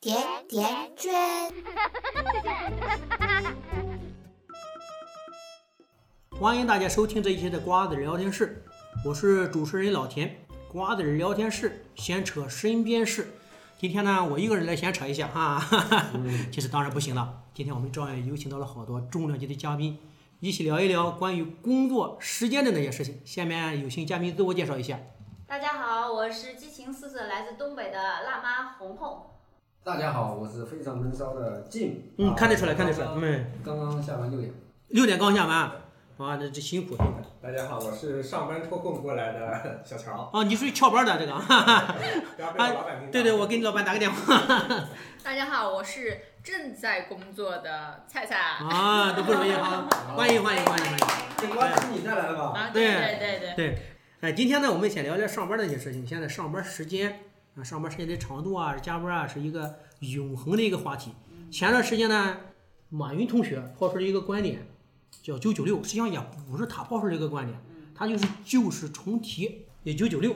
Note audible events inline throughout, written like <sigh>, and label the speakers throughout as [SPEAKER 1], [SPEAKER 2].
[SPEAKER 1] 甜甜圈。
[SPEAKER 2] 欢迎大家收听这一期的瓜子聊天室，我是主持人老田。瓜子聊天室，闲扯身边事。今天呢，我一个人来闲扯一下哈，哈哈 <laughs> 其实当然不行了。今天我们照样有请到了好多重量级的嘉宾，一起聊一聊关于工作、时间的那些事情。下面有请嘉宾自我介绍一下。
[SPEAKER 3] 大家好，我是激情四射来自东北的辣妈红红。
[SPEAKER 4] 大家好，我是非常闷骚的 Jim。
[SPEAKER 2] 嗯，
[SPEAKER 4] 啊
[SPEAKER 2] 看得出来，看得出来。
[SPEAKER 4] 刚刚
[SPEAKER 2] 嗯，
[SPEAKER 4] 刚刚下班六点。
[SPEAKER 2] 六点刚下班，啊，那这辛苦辛苦。
[SPEAKER 5] 大家好，我是上班抽空过来的小乔，
[SPEAKER 2] 啊，你属于翘班的这 <laughs> 个啊。
[SPEAKER 5] 不要被我老板听到。
[SPEAKER 2] 对对，我给你老板打个电话
[SPEAKER 6] 大家好，我是正在工作的菜菜。啊，
[SPEAKER 2] 啊，都不容易啊。欢迎欢迎欢迎欢迎。
[SPEAKER 4] 这
[SPEAKER 5] 哎
[SPEAKER 4] 瓜子哎你带来的吧？
[SPEAKER 6] 对
[SPEAKER 2] 对
[SPEAKER 6] 啊对对对，
[SPEAKER 2] 哎，今天呢，我们先聊聊上班的一些事情。现在上班时间啊，上班时间的长度啊，加班啊，是一个永恒的一个话题。前段时间呢，马云同学抛出了一个观点，叫“九九六”，实际上也不是他抛出的一个观点，他就是旧事重提，也九九六。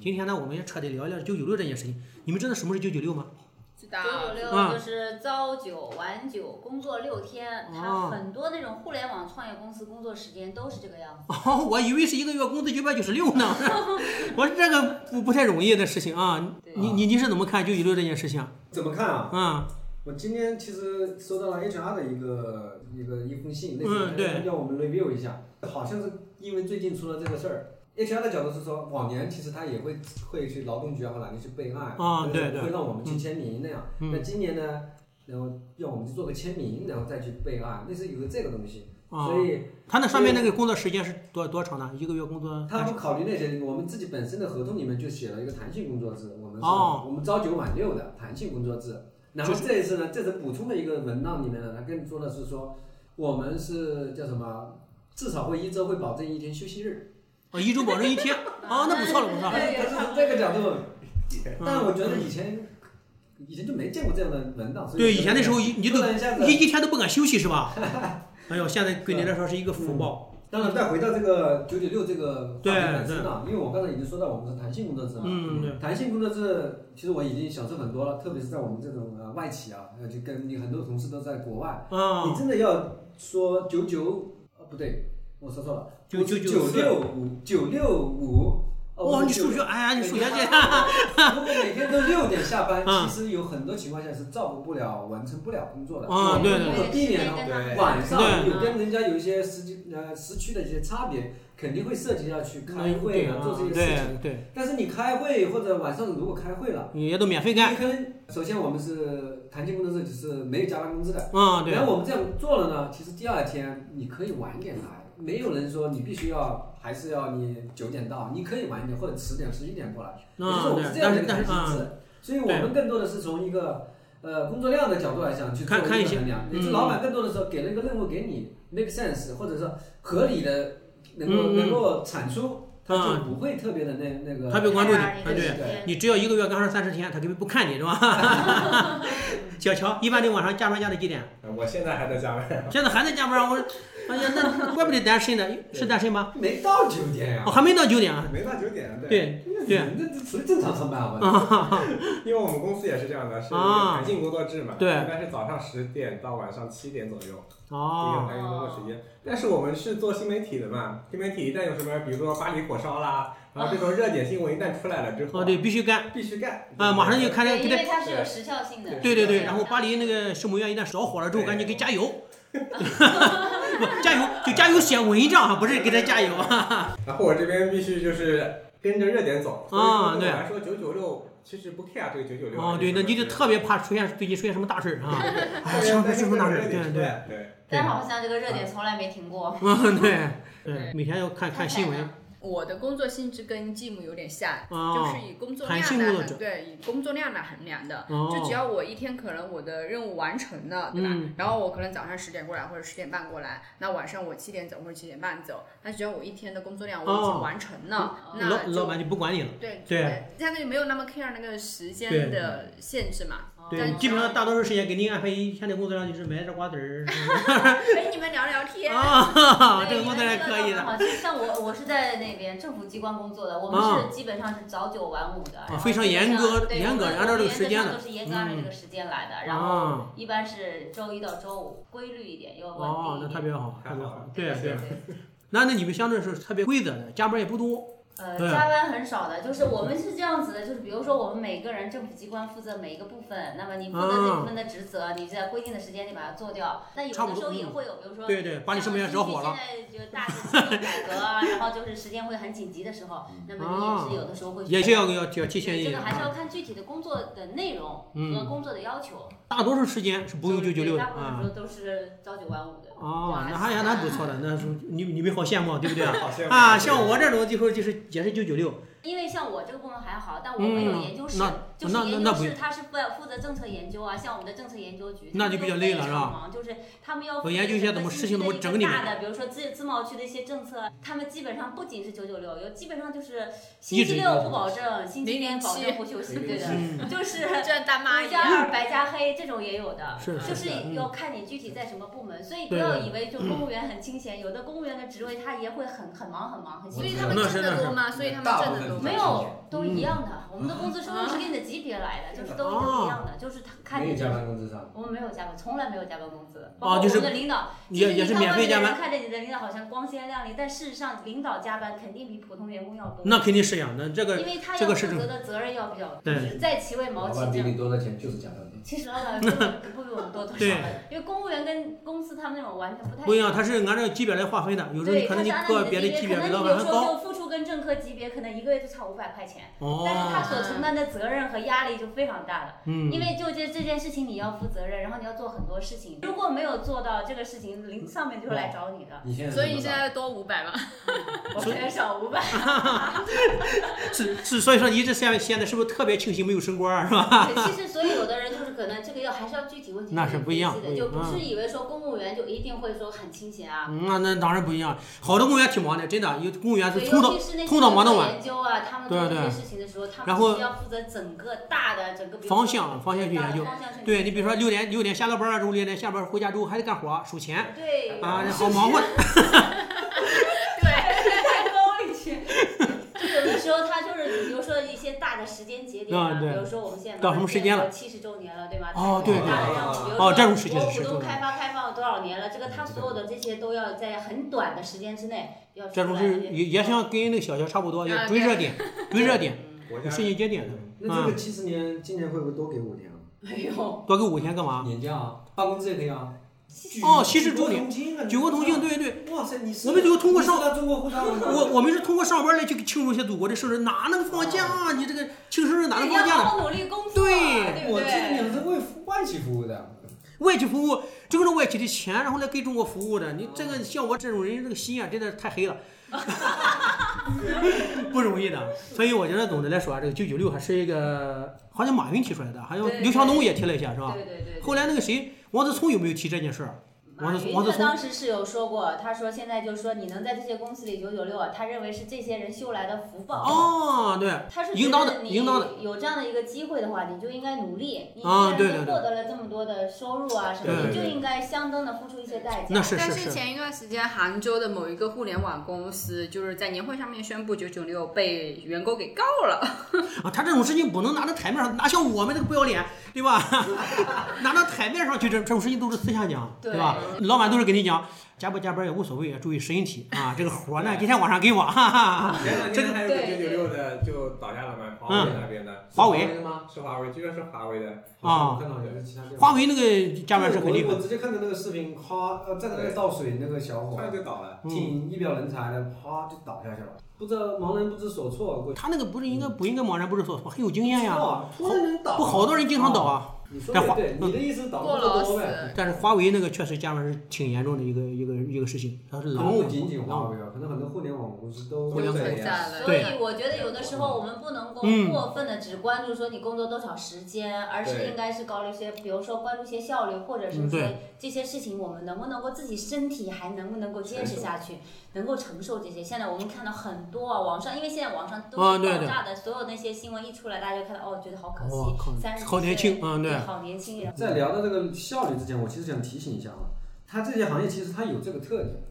[SPEAKER 2] 今天呢，我们也彻底聊一聊九九六这件事情。你们知道什么是九九六吗？ <laughs>
[SPEAKER 6] 知道
[SPEAKER 3] 九九
[SPEAKER 2] 啊
[SPEAKER 3] 六就是朝九晚九，工作六天。
[SPEAKER 2] 哦
[SPEAKER 3] 它很多那种互联网创业公司工作时间都是这
[SPEAKER 2] <laughs>
[SPEAKER 3] 个样子。
[SPEAKER 2] 哦，我以为是一个月工资九百九十六呢。 <laughs> 我说这个不不太容易的事情啊。
[SPEAKER 3] 对
[SPEAKER 2] 你你你是怎么看九九六这件事情？
[SPEAKER 4] 怎么看啊？
[SPEAKER 2] 啊，
[SPEAKER 4] 我今天其实收到了 HR 的一个一个一封信，类
[SPEAKER 2] 嗯对
[SPEAKER 4] 似要我们 review 一下，好像是因为最近出了这个事儿。HR 的角度是说，往年其实他也会会去劳动局啊或哪里去备案，
[SPEAKER 2] 啊
[SPEAKER 4] 但是
[SPEAKER 2] 对
[SPEAKER 4] 不
[SPEAKER 2] 对
[SPEAKER 4] 会让我们去签名那样。
[SPEAKER 2] 嗯
[SPEAKER 4] 那今年呢，然后要我们去做个签名，然后再去备案，类似有个这个东西。
[SPEAKER 2] 啊
[SPEAKER 4] 所以
[SPEAKER 2] 他那上面那个工作时间是多多长呢？一个月工作？
[SPEAKER 4] 他不考虑那些，我们自己本身的合同里面就写了一个弹性工作制，我们是、
[SPEAKER 2] 哦
[SPEAKER 4] 我们朝九晚六的弹性工作制。然后这一次呢，这次补充了一个文档里面呢，他跟你说的是说，我们是叫什么？至少会一周会保证一天休息日。
[SPEAKER 2] 哦，一周保证一
[SPEAKER 4] <laughs>
[SPEAKER 2] 天，哦，那不错了，不错
[SPEAKER 4] 他
[SPEAKER 2] 了。
[SPEAKER 4] 是他是这个角度，但
[SPEAKER 2] 嗯
[SPEAKER 4] 我觉得以前以前就没见过这样的文档。所
[SPEAKER 2] 对，以前的时候一你
[SPEAKER 4] 突
[SPEAKER 2] 都
[SPEAKER 4] 然一下子
[SPEAKER 2] 一一天都不敢休息是吧？哎呦，现在对你来说是一个福报。
[SPEAKER 4] 当然，再回到这个九九六这个话题
[SPEAKER 2] 对
[SPEAKER 4] 本身啊，因为我刚才已经说到我们是弹性工作制嘛，
[SPEAKER 2] 嗯对
[SPEAKER 4] 弹性工作制其实我已经享受很多了，特别是在我们这种呃外企啊，呃就跟你很多同事都在国外，你
[SPEAKER 2] 啊，
[SPEAKER 4] 真的要说九九，呃不对，我说错了，
[SPEAKER 2] 九九九
[SPEAKER 4] 九
[SPEAKER 2] 四
[SPEAKER 4] 六五九六五，哦
[SPEAKER 2] 哇，你数
[SPEAKER 4] 学
[SPEAKER 2] 学，哎呀，你数学这， <laughs>
[SPEAKER 4] 如果每天都六点下班，
[SPEAKER 2] 嗯
[SPEAKER 4] 其实有很多情况下是照顾不了、完成不了工作的，
[SPEAKER 2] 啊对对
[SPEAKER 4] 不可避免的。
[SPEAKER 5] 对
[SPEAKER 4] 晚上
[SPEAKER 2] 对
[SPEAKER 4] 有跟人家有一些时机呃时区的一些差别，肯定会涉及要去开会啊，做这些事情。
[SPEAKER 2] 嗯对对，
[SPEAKER 4] 但是你开会或者晚上如果开会了，
[SPEAKER 2] 也都免费
[SPEAKER 4] 你
[SPEAKER 2] 干。
[SPEAKER 4] 跟首先我们是弹性工作制，就是没有加班工资的。
[SPEAKER 2] 啊，对
[SPEAKER 4] 然，后我们这样做了呢，其实第二天你可以晚点来，没有人说你必须要还是要你九点到，你可以晚一点或者迟点十一点过来。也就是
[SPEAKER 2] 啊
[SPEAKER 4] 我
[SPEAKER 2] 对
[SPEAKER 4] 们，这样
[SPEAKER 2] 但
[SPEAKER 4] 的
[SPEAKER 2] 是
[SPEAKER 4] 一个
[SPEAKER 2] 但
[SPEAKER 4] 弹
[SPEAKER 2] 是
[SPEAKER 4] 性
[SPEAKER 2] 啊，
[SPEAKER 4] 制，所以我们更多的是从一个呃工作量的角度来想去做
[SPEAKER 2] 看看一
[SPEAKER 4] 一个
[SPEAKER 2] 些
[SPEAKER 4] 衡量。也
[SPEAKER 2] 嗯
[SPEAKER 4] 就是老板更多的时候给了一个任务给你，make sense，或者说合理的能够
[SPEAKER 2] 嗯嗯
[SPEAKER 4] 能够产出，他
[SPEAKER 2] 啊
[SPEAKER 4] 就不会特别的那那
[SPEAKER 2] 他
[SPEAKER 4] 个。
[SPEAKER 2] 别关注你，啊
[SPEAKER 3] 对
[SPEAKER 2] 对。
[SPEAKER 4] 对
[SPEAKER 2] 你只要一个月干上三十天，他根本不看你是吧？
[SPEAKER 4] <laughs>
[SPEAKER 2] 小乔，一般的晚上加班加到几点？
[SPEAKER 5] 呃我现在还在加班，
[SPEAKER 2] 现在还在加班，我，哎呀，那怪不得单身呢，是单身吗？
[SPEAKER 4] 没到九点呀
[SPEAKER 2] 哦，，还没到九点啊。
[SPEAKER 5] 没到九点。对，
[SPEAKER 2] 对对，
[SPEAKER 4] 那这属于正常上班啊。
[SPEAKER 2] 啊，
[SPEAKER 5] 因为我们公司也是这样的，是一个
[SPEAKER 2] 啊
[SPEAKER 5] 弹性工作制嘛，
[SPEAKER 2] 对
[SPEAKER 5] 应该是早上十点到晚上七点左右，一个
[SPEAKER 2] 哦，
[SPEAKER 5] 弹性工作时间。但是我们是做新媒体的嘛，新媒体一旦有什么，比如说巴黎火烧啦，然后这种热点新闻一旦出来了之后，
[SPEAKER 2] 哦对，必须干
[SPEAKER 5] 必须干
[SPEAKER 2] 啊，马上就看
[SPEAKER 3] 对，
[SPEAKER 2] 给
[SPEAKER 3] 因
[SPEAKER 2] 他，
[SPEAKER 3] 为它是有时效性的。
[SPEAKER 2] 对对对，然后巴
[SPEAKER 3] 巴
[SPEAKER 2] 黎那个圣母院一旦着火了之后，
[SPEAKER 5] 对
[SPEAKER 2] 赶紧给加油，
[SPEAKER 6] <laughs>
[SPEAKER 2] 不加油就加油写文章啊，不是给他加油啊，
[SPEAKER 5] 然后我这边必须就是跟着热点走。所以
[SPEAKER 2] 啊
[SPEAKER 5] 对
[SPEAKER 2] 对
[SPEAKER 5] 我来说，九九六其实不 care 这个九九六。
[SPEAKER 2] 哦对，那你就特别怕出现最近出现什么大事儿啊，哎，
[SPEAKER 5] 对
[SPEAKER 2] 上
[SPEAKER 5] 但
[SPEAKER 2] 面
[SPEAKER 5] 是
[SPEAKER 2] 是不是大事
[SPEAKER 5] 热
[SPEAKER 2] 儿？
[SPEAKER 5] 点
[SPEAKER 2] 对
[SPEAKER 5] 出
[SPEAKER 2] 对，
[SPEAKER 5] 来对，
[SPEAKER 3] 但是好像这个热点从来没停过。
[SPEAKER 2] 嗯对对，每天要看看新闻
[SPEAKER 6] 我的工作性质跟 Jim 有点像，就
[SPEAKER 2] 啊
[SPEAKER 6] 是，以工作
[SPEAKER 2] 弹
[SPEAKER 6] 量
[SPEAKER 2] 性
[SPEAKER 6] 来
[SPEAKER 2] 工作
[SPEAKER 6] 衡
[SPEAKER 2] 者
[SPEAKER 6] 对以工作量来衡量的。就只
[SPEAKER 2] 哦，
[SPEAKER 6] 要我一天可能我的任务完成了，对吧？
[SPEAKER 2] 嗯
[SPEAKER 6] 然后我可能早上十点过来或者十点半过来，那晚上我七点走或者七点半走，那只要我一天的工作量我已
[SPEAKER 2] 哦
[SPEAKER 6] 经完
[SPEAKER 3] 嗯
[SPEAKER 6] 成了，那
[SPEAKER 2] 老
[SPEAKER 6] 就
[SPEAKER 2] 老板就不管你了，
[SPEAKER 6] 对
[SPEAKER 2] 对，
[SPEAKER 6] 相当于没有那么 care 那个时
[SPEAKER 2] 对
[SPEAKER 6] 间的限制嘛。 <laughs>
[SPEAKER 3] 哦嗯
[SPEAKER 2] 对，基本上大多数时间给您安排一天的工作量就是买点瓜子
[SPEAKER 3] <laughs>
[SPEAKER 2] 儿
[SPEAKER 6] 陪哎你们聊聊天。
[SPEAKER 2] 啊，
[SPEAKER 3] 对
[SPEAKER 2] 这个工作量可以
[SPEAKER 3] 你们这个
[SPEAKER 2] 的
[SPEAKER 3] 很好。就像我，我是在那边政府机关工作的，我们是基本上是早九晚五的，然后
[SPEAKER 2] 哦非常严格
[SPEAKER 3] 对
[SPEAKER 2] 严格
[SPEAKER 3] 我们
[SPEAKER 2] 按照这个
[SPEAKER 3] 我们
[SPEAKER 2] 时间
[SPEAKER 3] 原则
[SPEAKER 2] 的嗯
[SPEAKER 3] 上都是严格按照这个时间来的，然后
[SPEAKER 2] 啊，
[SPEAKER 3] 一般是周一到周五规律一点，要
[SPEAKER 2] 哦，那
[SPEAKER 3] 稳定一
[SPEAKER 2] 特
[SPEAKER 3] 点。
[SPEAKER 2] 别好，特别
[SPEAKER 5] 太好
[SPEAKER 2] 好
[SPEAKER 5] 了，
[SPEAKER 2] 对啊
[SPEAKER 3] 对
[SPEAKER 2] 对。 <laughs>
[SPEAKER 3] 对
[SPEAKER 2] 那那你们相对是特别规则的，加班也不多，
[SPEAKER 3] 呃，
[SPEAKER 2] 对啊
[SPEAKER 3] 加班很少的，就是我们是这样子的，就是比如说我们每个人政府机关负责每一个部分，那么你
[SPEAKER 2] 哦
[SPEAKER 3] 负责这部分的职责，你在规定的时间内把它做掉。那有
[SPEAKER 2] 差不
[SPEAKER 3] 的
[SPEAKER 2] 多嗯
[SPEAKER 3] 时候也会有，比如说
[SPEAKER 2] 对对，把你身边人惹火了。。
[SPEAKER 3] 现在就大的机构改革啊，然后就是时间会很紧急的时候，那么你也是有的时候会
[SPEAKER 2] 哦也是要要要提前
[SPEAKER 3] 对
[SPEAKER 2] 一
[SPEAKER 3] 这
[SPEAKER 2] 点
[SPEAKER 3] 个还是要
[SPEAKER 2] 啊。
[SPEAKER 3] 看具体的工作的内容和
[SPEAKER 2] 嗯，
[SPEAKER 3] 工作的要求。
[SPEAKER 2] 大多数时间是不用九九六的
[SPEAKER 3] 对大部分时
[SPEAKER 2] 啊。
[SPEAKER 3] 候都是朝九晚五的。
[SPEAKER 2] 哦，那还还蛮不错的，那是你你们好羡慕，对不对
[SPEAKER 3] <laughs>
[SPEAKER 2] 啊？
[SPEAKER 5] 好羡慕
[SPEAKER 2] 啊，像我这种就会就是也是九九六，
[SPEAKER 3] 因为像我这个部门还好，但我们有研究室，
[SPEAKER 2] 嗯
[SPEAKER 3] 就是
[SPEAKER 2] 那
[SPEAKER 3] 研
[SPEAKER 2] 那
[SPEAKER 3] 究
[SPEAKER 2] 那不
[SPEAKER 3] 室它是负负责政策研究啊，像我们的政策研究局，
[SPEAKER 2] 那就比较累了
[SPEAKER 3] 他
[SPEAKER 2] 是
[SPEAKER 3] 们都非
[SPEAKER 2] 吧
[SPEAKER 3] 常忙？就是他们要
[SPEAKER 2] 我研究一下怎么事情怎么整理
[SPEAKER 3] 大的，比如说自自贸区的一些政策，他们基本上不仅是九九六，有基本上就是星期六不保证，星期天保证不休息，对的，
[SPEAKER 2] 嗯，
[SPEAKER 3] 就是
[SPEAKER 6] 就像大妈
[SPEAKER 3] 红
[SPEAKER 6] 一
[SPEAKER 3] 加
[SPEAKER 6] 样，
[SPEAKER 3] 二白加黑这种也有的。
[SPEAKER 2] 是
[SPEAKER 3] 就是是
[SPEAKER 2] 是，嗯
[SPEAKER 3] 要看你具体在什么部门，所以不
[SPEAKER 2] 对
[SPEAKER 3] 要
[SPEAKER 2] 对
[SPEAKER 3] 以为就公务员很清闲，有的公务员的职位他也会很很忙很忙很辛
[SPEAKER 6] 所
[SPEAKER 3] 苦
[SPEAKER 6] 以。他们挣得多吗？所以他们挣得多吗
[SPEAKER 3] 没？有，都一样的。我们的工资收入是跟你的级别来的，就是都是一样
[SPEAKER 2] 啊
[SPEAKER 3] 的，就是他看
[SPEAKER 4] 没有
[SPEAKER 3] 你
[SPEAKER 4] 加。班工资上，
[SPEAKER 3] 我们没有加班，从来没有加班工资。
[SPEAKER 2] 哦
[SPEAKER 3] 包括
[SPEAKER 2] 就是
[SPEAKER 3] 我们的领导
[SPEAKER 2] 也也是免费加。
[SPEAKER 3] 其实你
[SPEAKER 2] 班，
[SPEAKER 3] 看外面的人看着你的领导好像光鲜亮丽，但事实上领导加班肯定比普通员工要多。
[SPEAKER 2] 那肯定是呀，那这个
[SPEAKER 3] 因为他
[SPEAKER 2] 这
[SPEAKER 3] 要
[SPEAKER 2] 个
[SPEAKER 3] 负
[SPEAKER 2] 是
[SPEAKER 3] 责的责任要比较，
[SPEAKER 2] 对
[SPEAKER 3] 就是在其位毛
[SPEAKER 4] 老
[SPEAKER 3] 其
[SPEAKER 4] 板比
[SPEAKER 3] 政。
[SPEAKER 4] 你多的钱就是加班工资。
[SPEAKER 3] 其实老板根本不比我们多多少
[SPEAKER 2] 对，
[SPEAKER 3] 因为公务员跟公司他们那种完全不太
[SPEAKER 2] 不一样，它是按照级别来划分的，有时候
[SPEAKER 3] 对，
[SPEAKER 2] 可
[SPEAKER 3] 他
[SPEAKER 2] 能
[SPEAKER 3] 是
[SPEAKER 2] 你
[SPEAKER 3] 按照
[SPEAKER 2] 个
[SPEAKER 3] 你
[SPEAKER 2] 别的级别
[SPEAKER 3] 可
[SPEAKER 2] 比
[SPEAKER 3] 能
[SPEAKER 2] 老
[SPEAKER 3] 你
[SPEAKER 2] 板
[SPEAKER 3] 有时
[SPEAKER 2] 还
[SPEAKER 3] 候
[SPEAKER 2] 高，
[SPEAKER 3] 就付出跟正科级别可能一个月就差五百块钱。但是他
[SPEAKER 2] 哦，
[SPEAKER 3] 所承担的责任和压力就非常大了，
[SPEAKER 2] 嗯
[SPEAKER 3] 因，为就这这件事情你要负责任，然后你要做很多事情，如果没有做到这个事情，领上面就会来找你的，
[SPEAKER 4] 你现在
[SPEAKER 6] 所以现在多五百嘛，
[SPEAKER 2] 嗯
[SPEAKER 3] 我
[SPEAKER 2] 所以
[SPEAKER 3] 很少五百，
[SPEAKER 2] <laughs> 是是，所以说你这现在现在是不是特别庆幸没有升官儿是吧？
[SPEAKER 3] 对，其实所以有的人就是可能这个要还是要具体问
[SPEAKER 2] <laughs>
[SPEAKER 3] 题
[SPEAKER 2] 那是不一样
[SPEAKER 3] 分
[SPEAKER 2] 不一
[SPEAKER 3] 析的，就
[SPEAKER 2] 样
[SPEAKER 3] 不是以为说公务员就一定会说很清闲啊。
[SPEAKER 2] <laughs> 嗯那那当然不一样，好多公务员挺忙的，真的，有公务员是
[SPEAKER 3] 对，
[SPEAKER 2] 从
[SPEAKER 3] 尤
[SPEAKER 2] 早
[SPEAKER 3] 其是那些
[SPEAKER 2] 从早忙到晚
[SPEAKER 3] 研究啊，他们做
[SPEAKER 2] 对
[SPEAKER 3] 这些
[SPEAKER 2] 对
[SPEAKER 3] 事情的时候，他
[SPEAKER 2] 然
[SPEAKER 3] 们
[SPEAKER 2] 后
[SPEAKER 3] 必须要负责整个大的整个比如说
[SPEAKER 2] 方向方向去研究
[SPEAKER 3] 大的。方向去
[SPEAKER 2] 对你比如说六点六点下了班儿之后，六点下班儿回家之后还得干活儿数钱
[SPEAKER 3] 对
[SPEAKER 2] 啊，好忙活。
[SPEAKER 3] <laughs>
[SPEAKER 6] 对，
[SPEAKER 3] 太高里去。就有的时候他就是，比如说一些大的时间节点啊，
[SPEAKER 2] 啊对
[SPEAKER 3] 比如说我们现在
[SPEAKER 2] 到什么时间了
[SPEAKER 3] 七十周年了，对吗？
[SPEAKER 2] 哦对
[SPEAKER 3] 大的让比如
[SPEAKER 2] 哦
[SPEAKER 3] 说
[SPEAKER 2] 这种时间
[SPEAKER 3] 我
[SPEAKER 2] 是
[SPEAKER 3] 浦
[SPEAKER 2] 重要
[SPEAKER 3] 东
[SPEAKER 2] 的
[SPEAKER 3] 开发开放多少年了？这个他所有的这些都要在很短的时间之内要
[SPEAKER 2] 这
[SPEAKER 3] 出
[SPEAKER 2] 种
[SPEAKER 3] 来。
[SPEAKER 2] 是也也像跟那个小学差不多，
[SPEAKER 6] 啊
[SPEAKER 2] 要追热点，追热点，
[SPEAKER 5] 国
[SPEAKER 2] 有
[SPEAKER 5] 家
[SPEAKER 2] 世界节点的
[SPEAKER 4] 那这
[SPEAKER 2] 啊。
[SPEAKER 4] 个七十年，今年会不会多给五天啊？
[SPEAKER 3] 哎呦，
[SPEAKER 2] 多给五天干嘛？
[SPEAKER 4] 年假啊，办公制也可以啊。
[SPEAKER 2] 哦其实重点
[SPEAKER 4] 点
[SPEAKER 2] 举国同庆，。对对，
[SPEAKER 4] 哇塞，你
[SPEAKER 2] 我们就通过上
[SPEAKER 4] 到中国护照文化，
[SPEAKER 2] 我我们是通过上班来去庆祝一些祖国的生日，哪能放假啊？你这个庆生日哪能
[SPEAKER 3] 你
[SPEAKER 2] 放
[SPEAKER 3] 要
[SPEAKER 2] 假呢？
[SPEAKER 3] 好好努力工
[SPEAKER 2] 对
[SPEAKER 3] 作啊，对不
[SPEAKER 4] 我记得你
[SPEAKER 3] 对？
[SPEAKER 4] 们是为外企服务的。
[SPEAKER 2] 外企服务挣着外企的钱，然后来给中国服务的，你这个像我这种人，这个心啊，真的太黑了， <laughs> 不容易的。所以我觉得总的来说啊，这个九九六还是一个，好像马云提出来的，好像
[SPEAKER 3] 对
[SPEAKER 2] 刘强东也提了一下，是吧？
[SPEAKER 3] 对对对对。
[SPEAKER 2] 后来那个谁，王思聪有没有提这件事儿？
[SPEAKER 3] 马
[SPEAKER 2] 王思
[SPEAKER 3] 云
[SPEAKER 2] 王
[SPEAKER 3] 他
[SPEAKER 2] 思聪
[SPEAKER 3] 当时是有说过，他说现在就是说你能在这些公司里九九六啊，他认为是这些人修来的福报。
[SPEAKER 2] 哦，对，
[SPEAKER 3] 他是
[SPEAKER 2] 应当的
[SPEAKER 3] 觉得你
[SPEAKER 2] 应当的
[SPEAKER 3] 有这样的一个机会的话，你就应该努力。你既
[SPEAKER 2] 啊
[SPEAKER 3] 然
[SPEAKER 2] 对对
[SPEAKER 3] 都
[SPEAKER 2] 对
[SPEAKER 3] 获得了这么多的收入啊什么，
[SPEAKER 2] 对
[SPEAKER 3] 你就
[SPEAKER 5] 对
[SPEAKER 3] 应该相当的付出一些代价。
[SPEAKER 2] 那是
[SPEAKER 6] 但
[SPEAKER 2] 是
[SPEAKER 6] 是前一段时间，杭州的某一个互联网公司就是在年会上面宣布九九六被员工给告了，
[SPEAKER 2] 啊，他这种事情不能拿到台面上，拿像我们这个不要脸，对吧？ <laughs> 拿到台面上去，这这种事情都是私下讲，对吧？老板都是跟你讲，加不加班也无所谓，注意身体啊。 <laughs> 这个活呢，今天晚上给我， <laughs> 哈哈哈。
[SPEAKER 5] 前两
[SPEAKER 2] 啊这个嗯
[SPEAKER 5] 天还有个九九六的就倒下了嘛，华为那边的，
[SPEAKER 2] 华为
[SPEAKER 4] 的吗？
[SPEAKER 5] 是华为，据说是华为的，
[SPEAKER 2] 啊
[SPEAKER 4] 我看到有是其他地方。
[SPEAKER 2] 华为那个加班是很厉害
[SPEAKER 4] 我我直接看到那个视频，咔，呃，站在那个倒水那个小伙
[SPEAKER 5] 突，然就倒了。
[SPEAKER 3] 嗯
[SPEAKER 4] 挺一表人才的，啪就倒下去了，不知道茫然不知所措。过去
[SPEAKER 2] 他那个不是应该不应该茫然不知所措，很有经验哎呀。
[SPEAKER 4] 哇突然能倒，
[SPEAKER 2] 不，好多人经常倒啊。
[SPEAKER 4] 你说
[SPEAKER 2] 但华
[SPEAKER 4] 的对，你的意思是倒
[SPEAKER 6] 过
[SPEAKER 4] 不得
[SPEAKER 6] 劳
[SPEAKER 4] 多
[SPEAKER 6] 死。
[SPEAKER 4] 呗？
[SPEAKER 2] 但是华为那个确实加班是挺严重的一个一个一个事情，它是
[SPEAKER 4] 可
[SPEAKER 2] 劳
[SPEAKER 4] 能
[SPEAKER 2] 务
[SPEAKER 4] 不仅仅
[SPEAKER 2] 劳
[SPEAKER 4] 华为啊，可能很多互联网公司都
[SPEAKER 5] 互联
[SPEAKER 4] 这
[SPEAKER 5] 网公
[SPEAKER 6] 存
[SPEAKER 5] 司
[SPEAKER 4] 样。
[SPEAKER 6] 在了。
[SPEAKER 3] 所以我觉得有的时候我们不能够
[SPEAKER 2] 嗯
[SPEAKER 3] 过分的只关注说你工作多少时间，而是
[SPEAKER 5] 对
[SPEAKER 3] 应该是考虑一些，比如说关注一些效率，或者是
[SPEAKER 2] 嗯
[SPEAKER 3] 说
[SPEAKER 2] 对
[SPEAKER 3] 这些事情我们能不能够自己身体还能不能够坚持下去，能够承受这些。现在我们看到很多啊，网上因为现在网上都
[SPEAKER 2] 啊
[SPEAKER 3] 是
[SPEAKER 2] 对
[SPEAKER 3] 爆
[SPEAKER 2] 对
[SPEAKER 3] 炸的，所有那些新闻一出来，大家就看到哦，觉得好可惜
[SPEAKER 2] 我靠，
[SPEAKER 3] 三，十
[SPEAKER 2] 好年轻，嗯，
[SPEAKER 3] 对，
[SPEAKER 2] 对
[SPEAKER 3] 好年轻人。
[SPEAKER 4] 在聊到这个效率之前，我其实想提醒一下啊，它这些行业其实它有这个特点，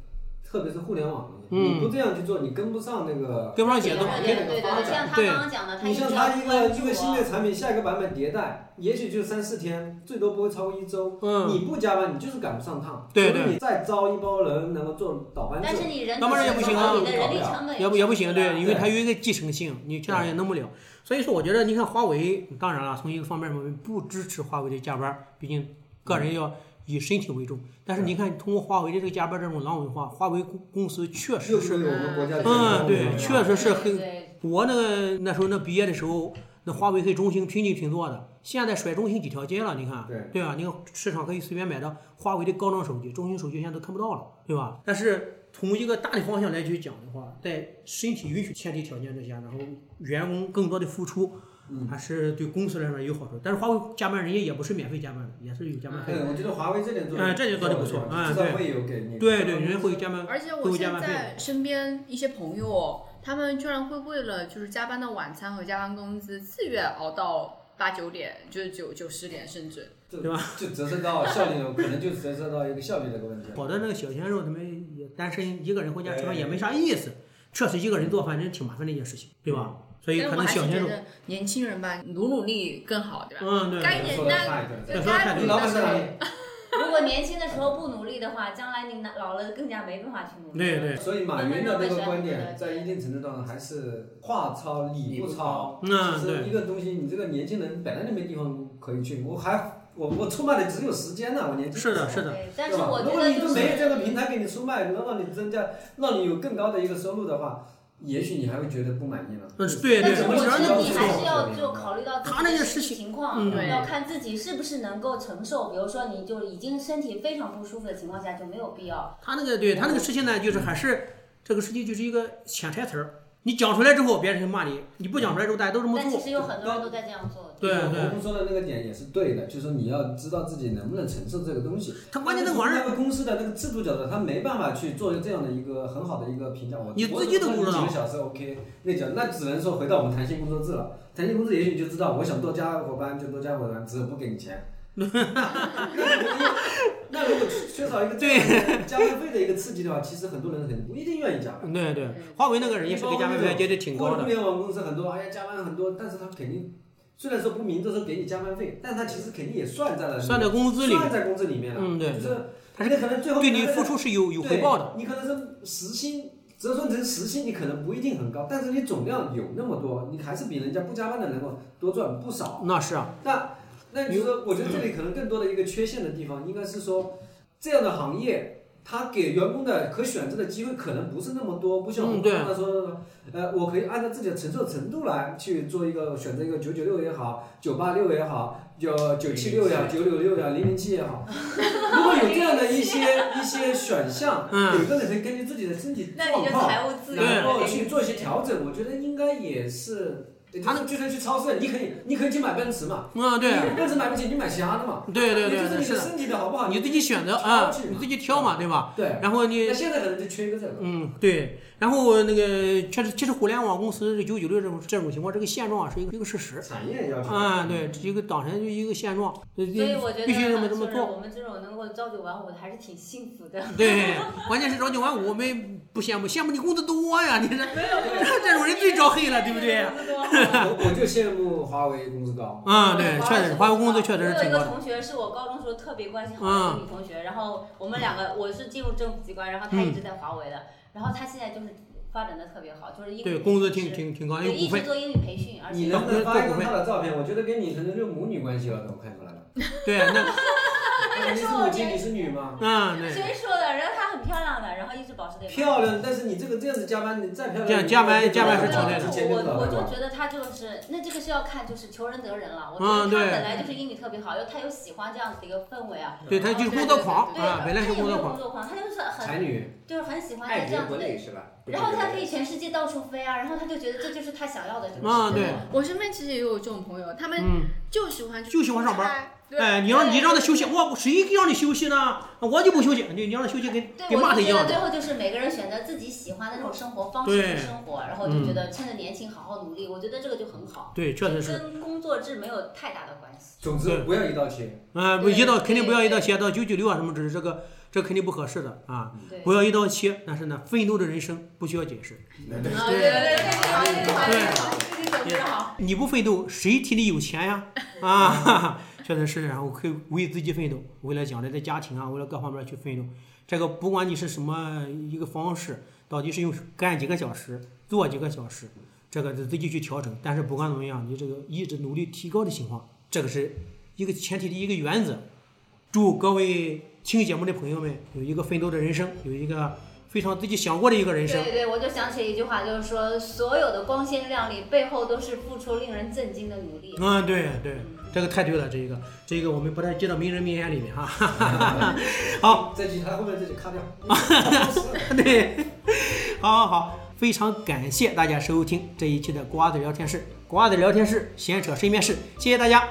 [SPEAKER 4] 特别是互联网行业，
[SPEAKER 2] 嗯
[SPEAKER 4] 你不这样去做，你跟不上那个。
[SPEAKER 2] 跟不上
[SPEAKER 3] 对
[SPEAKER 2] 节
[SPEAKER 3] 对
[SPEAKER 2] 奏，
[SPEAKER 4] 网
[SPEAKER 3] 对
[SPEAKER 4] 页的
[SPEAKER 3] 对
[SPEAKER 4] 发
[SPEAKER 3] 对，
[SPEAKER 4] 展
[SPEAKER 3] 像他
[SPEAKER 2] 对
[SPEAKER 3] 刚刚讲的，他
[SPEAKER 4] 你
[SPEAKER 3] 直
[SPEAKER 4] 像
[SPEAKER 3] 要
[SPEAKER 4] 它一
[SPEAKER 3] 关
[SPEAKER 4] 个
[SPEAKER 3] 注
[SPEAKER 4] 一个新的产品，下一个版本迭代，也许就三四天，最多不会超过一周。
[SPEAKER 2] 嗯，
[SPEAKER 4] 你不加班，你就是赶不上趟。
[SPEAKER 2] 对
[SPEAKER 4] 除非
[SPEAKER 2] 对
[SPEAKER 4] 你再招一帮人能够做倒班
[SPEAKER 3] 但
[SPEAKER 4] 制
[SPEAKER 3] 是，你人
[SPEAKER 2] 那么人也不行啊
[SPEAKER 3] 你的人力成本
[SPEAKER 2] 也不也不行，啊对，因为
[SPEAKER 4] 对
[SPEAKER 2] 它有一个继承性，你去哪儿也弄不了。所以说，我觉得你看华为，当然了，从一个方面我们不支持华为的加班儿，毕竟个
[SPEAKER 4] 嗯
[SPEAKER 2] 人要以身体为重。但是你看，通过华为的这个加班这种狼文化，华为公公司确实
[SPEAKER 4] 又是
[SPEAKER 2] 是，
[SPEAKER 4] 为我们国家的
[SPEAKER 2] 嗯，对，
[SPEAKER 4] 健康
[SPEAKER 2] 确实是很
[SPEAKER 3] 对
[SPEAKER 2] 我那个那时候那毕业的时候，那华为和中兴拼劲挺多的，现在甩中兴几条街了，你看，
[SPEAKER 4] 对
[SPEAKER 2] 吧？你看市场可以随便买到华为的高档手机，中兴手机现在都看不到了，对吧？但是从一个大的方向来去讲的话，在身体允许前提条件之下，然后员工更多的付出，
[SPEAKER 4] 嗯
[SPEAKER 2] 还是对公司来说有好处。但是华为加班人家也不是免费加班的，也是有加班费
[SPEAKER 4] 对，
[SPEAKER 2] 的。
[SPEAKER 4] 我觉得华为这点做得
[SPEAKER 2] 哎这就做得不错哎
[SPEAKER 4] 至少会有给你
[SPEAKER 2] 对对，人家会有加班，
[SPEAKER 6] 而且
[SPEAKER 2] 都
[SPEAKER 6] 我
[SPEAKER 2] 有加
[SPEAKER 6] 现
[SPEAKER 2] 班费
[SPEAKER 6] 在身边一些朋友，他们居然会为了就是加班的晚餐和加班工资，自愿熬到八九点，就是九九十点，甚至
[SPEAKER 2] 对吧？
[SPEAKER 4] 就折射到效率了，可能就折射到一个效率的一个问题了。
[SPEAKER 2] 我的那个小鲜肉，他们也单身一个人回家吃饭也没啥意思，确实一个人做饭真挺麻烦的一件事情，对吧？所以
[SPEAKER 6] 但
[SPEAKER 2] 可
[SPEAKER 6] 我
[SPEAKER 2] 能
[SPEAKER 6] 还是
[SPEAKER 2] 小鲜
[SPEAKER 6] 觉
[SPEAKER 2] 肉，
[SPEAKER 6] 得年轻人吧，努努力更好，对吧？
[SPEAKER 2] 嗯，对，
[SPEAKER 6] 该忍耐，
[SPEAKER 4] 对
[SPEAKER 2] 对
[SPEAKER 6] 就
[SPEAKER 2] 说得
[SPEAKER 6] 该
[SPEAKER 2] 太对
[SPEAKER 6] 努
[SPEAKER 4] 你
[SPEAKER 6] 力
[SPEAKER 4] 老
[SPEAKER 6] 的
[SPEAKER 4] 板
[SPEAKER 6] 时
[SPEAKER 4] 在
[SPEAKER 6] 候
[SPEAKER 4] 哪里？
[SPEAKER 3] <laughs> 如果年轻的时候不努力的话，将来你老了更加没办法去努力。
[SPEAKER 2] 对对
[SPEAKER 4] 所以马云的那个观点，在一定程度上还是话糙理不糙。
[SPEAKER 2] 嗯，
[SPEAKER 4] 其
[SPEAKER 2] 对
[SPEAKER 4] 实。一个东西，你这个年轻人本来就没地方可以去，我还我我出卖的只有时间呢、我年轻
[SPEAKER 2] 是的，
[SPEAKER 4] 时
[SPEAKER 2] 是
[SPEAKER 4] 候
[SPEAKER 2] 的，
[SPEAKER 3] 对，但是
[SPEAKER 4] 对吧
[SPEAKER 3] 我觉
[SPEAKER 4] 如果
[SPEAKER 3] 得
[SPEAKER 4] 你
[SPEAKER 3] 就
[SPEAKER 4] 就是没有这个平台给你出卖，能让你增加，让你有更高的一个收入的话，也许你还会觉得不满意呢。
[SPEAKER 2] 嗯，对
[SPEAKER 3] 但
[SPEAKER 2] 对，
[SPEAKER 3] 是
[SPEAKER 2] 我
[SPEAKER 3] 我
[SPEAKER 2] 觉
[SPEAKER 3] 觉
[SPEAKER 2] 得那
[SPEAKER 3] 得
[SPEAKER 2] 不
[SPEAKER 3] 你还是
[SPEAKER 2] 错。
[SPEAKER 3] 要就考虑到自
[SPEAKER 2] 他那
[SPEAKER 3] 己
[SPEAKER 2] 个
[SPEAKER 3] 的
[SPEAKER 2] 事情
[SPEAKER 3] 情况，
[SPEAKER 2] 嗯
[SPEAKER 3] 要看自己是不是能够承受。比如说，你就已经身体非常不舒服的情况下，就没有必要。
[SPEAKER 2] 他那个对他那个事情呢，就是还是这个事情就是一个潜台词儿。你讲出来之后，别人就骂你；你不讲出来之后，大家都这么
[SPEAKER 3] 但其
[SPEAKER 2] 做。
[SPEAKER 3] 实有很多人都在这样做。
[SPEAKER 2] 对
[SPEAKER 4] 我们说的那个点也是对的，就是你要知道自己能不能承受这个东西。
[SPEAKER 2] 他关键那个玩意
[SPEAKER 4] 从
[SPEAKER 2] 儿，
[SPEAKER 4] 那个公司的那个制度角度，他没办法去做这样的一个很好的一个评价。我
[SPEAKER 2] 你自己都不知道
[SPEAKER 4] 我只能说你几个小时 OK，那讲那只能说回到我们弹性工作制了。弹性工作制也许你就知道，我想多加伙伴就多加伙伴，只有不给你
[SPEAKER 2] <laughs>
[SPEAKER 4] 钱。那如果缺少一个
[SPEAKER 2] 对
[SPEAKER 4] 加班费的一个刺激的话，其实很多人很不一定愿意加班。
[SPEAKER 2] 对对，华为那个人也是给加班费接的挺高
[SPEAKER 4] 互
[SPEAKER 2] 的。
[SPEAKER 4] 联网公司很多，哎呀，加班很多，但是他肯定虽然说不明着说给你加班费，但他其实肯定也算在了
[SPEAKER 2] 算在工资里，
[SPEAKER 4] 算在工资里面了。
[SPEAKER 2] 嗯对
[SPEAKER 4] 就是
[SPEAKER 2] 他是
[SPEAKER 4] 那可能最后
[SPEAKER 2] 对
[SPEAKER 4] 你
[SPEAKER 2] 你
[SPEAKER 4] 可能
[SPEAKER 2] 付出是有有回报的。
[SPEAKER 4] 对你可能是时薪折算成时薪，你可能不一定很高，但是你总量有那么多，你还是比人家不加班的能够多赚不少。
[SPEAKER 2] 那是啊，
[SPEAKER 4] 那那你说，我觉得这里可能更多的一个缺陷的地方，应该是说这样的行业，它给员工的可选择的机会可能不是那么多，不像我
[SPEAKER 2] 嗯
[SPEAKER 4] 们
[SPEAKER 2] 对
[SPEAKER 4] 刚才说的那种，呃，我可以按照自己的承受程度来去做一个选择，一个九九六也好，九八六也好，九九七六也好，九九六呀，零零七也好，如果有这样的一些一些选项，
[SPEAKER 2] 嗯
[SPEAKER 4] 每个人可以根据自己的身体
[SPEAKER 6] 那
[SPEAKER 4] 状
[SPEAKER 6] 你就
[SPEAKER 4] 况。
[SPEAKER 6] 财务自由
[SPEAKER 4] 然后
[SPEAKER 6] 了。
[SPEAKER 4] 去做一些调整，我觉得应该也是，他们就算去超市，你可以，你可以去买奔驰嘛，
[SPEAKER 2] 嗯，对，
[SPEAKER 4] 你奔驰买不起，你买其他的嘛。
[SPEAKER 2] 对对对
[SPEAKER 4] 那就是
[SPEAKER 2] 对，
[SPEAKER 4] 你
[SPEAKER 2] 是
[SPEAKER 4] 的
[SPEAKER 2] 的，
[SPEAKER 4] 身体的好不好？
[SPEAKER 2] 你自己选择啊，你自己挑嘛，对吧？
[SPEAKER 4] 对。
[SPEAKER 2] 然后你
[SPEAKER 4] 那现在可能就缺一个这个。
[SPEAKER 2] 嗯，对。然后那个，确实，其实互联网公司九九六这种这种情况，这个现状啊是一个一个事实。
[SPEAKER 4] 产业要求。
[SPEAKER 2] 啊，对，这一个党晨就一个现状，所
[SPEAKER 3] 所以我觉得
[SPEAKER 2] 必须这么
[SPEAKER 3] 很
[SPEAKER 2] 这么
[SPEAKER 3] 多人
[SPEAKER 2] 做。
[SPEAKER 3] 我们这种能够朝九晚五的还是挺幸福的。
[SPEAKER 2] 对，关键是朝九晚五，我们不羡慕，羡慕你工资多呀！你这 <laughs> 这种人最招黑了，对不
[SPEAKER 3] <laughs>
[SPEAKER 2] 对？
[SPEAKER 4] 我我就羡慕华为工
[SPEAKER 2] <laughs>
[SPEAKER 4] 资高。
[SPEAKER 2] 啊，对，确实，华为工资确实是
[SPEAKER 3] 我有
[SPEAKER 2] 挺
[SPEAKER 3] 一
[SPEAKER 2] 高
[SPEAKER 3] 个
[SPEAKER 2] 的。嗯
[SPEAKER 3] 同学是我高中时候特别关系好的一个女同学，然后我们两个我是进入政府机关，然后她一直在华为的，然后她现在就是发展的特别好，就是英语
[SPEAKER 2] 嗯对，工资
[SPEAKER 3] 一直
[SPEAKER 2] 挺挺挺高，有
[SPEAKER 3] 对一
[SPEAKER 2] 股
[SPEAKER 3] 直
[SPEAKER 2] 份。
[SPEAKER 3] 做英语培训，而且
[SPEAKER 4] 你能不能发一张他的照片？我觉得跟你可能就母女关系了，我看出来了。
[SPEAKER 2] 对，那
[SPEAKER 4] 你是母亲，你是女吗？
[SPEAKER 2] 嗯，对，
[SPEAKER 3] 谁说的？然后她很漂亮的，然后一直保持这个。
[SPEAKER 4] 漂亮，但是你这个这样子加班，你再漂亮，
[SPEAKER 2] 这样加班
[SPEAKER 4] 你
[SPEAKER 2] 加班是
[SPEAKER 3] 对
[SPEAKER 2] 常见的
[SPEAKER 3] 就
[SPEAKER 4] 之
[SPEAKER 3] 是
[SPEAKER 4] 前
[SPEAKER 3] 我
[SPEAKER 4] 就知道
[SPEAKER 3] 我
[SPEAKER 4] 了
[SPEAKER 3] 就
[SPEAKER 4] 吧
[SPEAKER 3] 觉得她就是，那这个是要看就是求人得人了。我
[SPEAKER 2] 嗯
[SPEAKER 3] 觉得她
[SPEAKER 2] 对
[SPEAKER 3] 本来就是英语特别好，又她又喜欢这样子的一个氛围啊。
[SPEAKER 2] 对他就是工作狂
[SPEAKER 3] 对，
[SPEAKER 2] 啊，
[SPEAKER 3] 她
[SPEAKER 2] 本来
[SPEAKER 3] 也
[SPEAKER 2] 是
[SPEAKER 3] 没
[SPEAKER 2] 工作
[SPEAKER 3] 有工
[SPEAKER 2] 狂。
[SPEAKER 3] 作狂，她就是
[SPEAKER 4] 才
[SPEAKER 3] 很
[SPEAKER 4] 女，
[SPEAKER 3] 就是很喜欢
[SPEAKER 5] 爱
[SPEAKER 3] 在这
[SPEAKER 5] 国
[SPEAKER 3] 样子
[SPEAKER 5] 伦
[SPEAKER 3] 的
[SPEAKER 5] 理是吧？
[SPEAKER 3] 然后他可以全世界到处飞啊，然后他就觉得这就是他想要的这个
[SPEAKER 2] 啊，
[SPEAKER 3] 世界
[SPEAKER 2] 对，
[SPEAKER 6] 我身边其实也有这种朋友，他们
[SPEAKER 2] 嗯，
[SPEAKER 6] 就喜欢
[SPEAKER 2] 就喜欢上班
[SPEAKER 6] 班，对
[SPEAKER 2] 哎，你让你让他休息，我谁让你休息呢？我就不休息，你你让他休息跟
[SPEAKER 3] 对，
[SPEAKER 2] 跟
[SPEAKER 3] 我
[SPEAKER 2] 骂他
[SPEAKER 3] 就
[SPEAKER 2] 一
[SPEAKER 3] 觉
[SPEAKER 2] 样
[SPEAKER 3] 得
[SPEAKER 2] 的。
[SPEAKER 3] 最后就是每个人选择自己喜欢的那种生活方式去
[SPEAKER 2] 对嗯
[SPEAKER 3] 生活，然后就觉得趁着年轻好好努力，我觉得这个就很好，
[SPEAKER 2] 对，确实是，
[SPEAKER 3] 跟工作制没有太大的关系。
[SPEAKER 4] 总之
[SPEAKER 2] 对
[SPEAKER 4] 不要一刀切，
[SPEAKER 2] 嗯，不
[SPEAKER 3] 对
[SPEAKER 2] 一到肯定不要一到
[SPEAKER 3] 对
[SPEAKER 2] 七，到九九六啊什么，只是这个这肯定不合适的啊，
[SPEAKER 3] 对，
[SPEAKER 2] 不要一刀切。但是呢，愤怒的人生不需要解释，
[SPEAKER 6] 对
[SPEAKER 3] 啊
[SPEAKER 6] 对对对，这个好，这个好，这个好，这个好。
[SPEAKER 2] 你不奋斗，谁替你有钱呀？啊， <laughs> 哈哈确实是，然后可以为自己奋斗，为了将来的家庭啊，为了各方面去奋斗。这个不管你是什么一个方式，到底是用干几个小时，做几个小时，这个自己去调整。但是不管怎么样，你这个一直努力提高的情况，这个是一个前提的一个原则。祝各位听节目的朋友们有一个奋斗的人生，有一个非常自己想过的一个人生。
[SPEAKER 3] 对对，我就想起一句话，就是说所有的光鲜亮丽背后都是付出令人震惊的努力。
[SPEAKER 2] 嗯，对对，这个太对了，这一个这个我们把它接到名人名言里面啊。好，
[SPEAKER 4] 这句他后面这句
[SPEAKER 2] <laughs>
[SPEAKER 4] 卡掉。
[SPEAKER 2] 对，好好好，非常感谢大家收听这一期的瓜子聊天室，瓜子聊天室闲扯身边事，谢谢大家，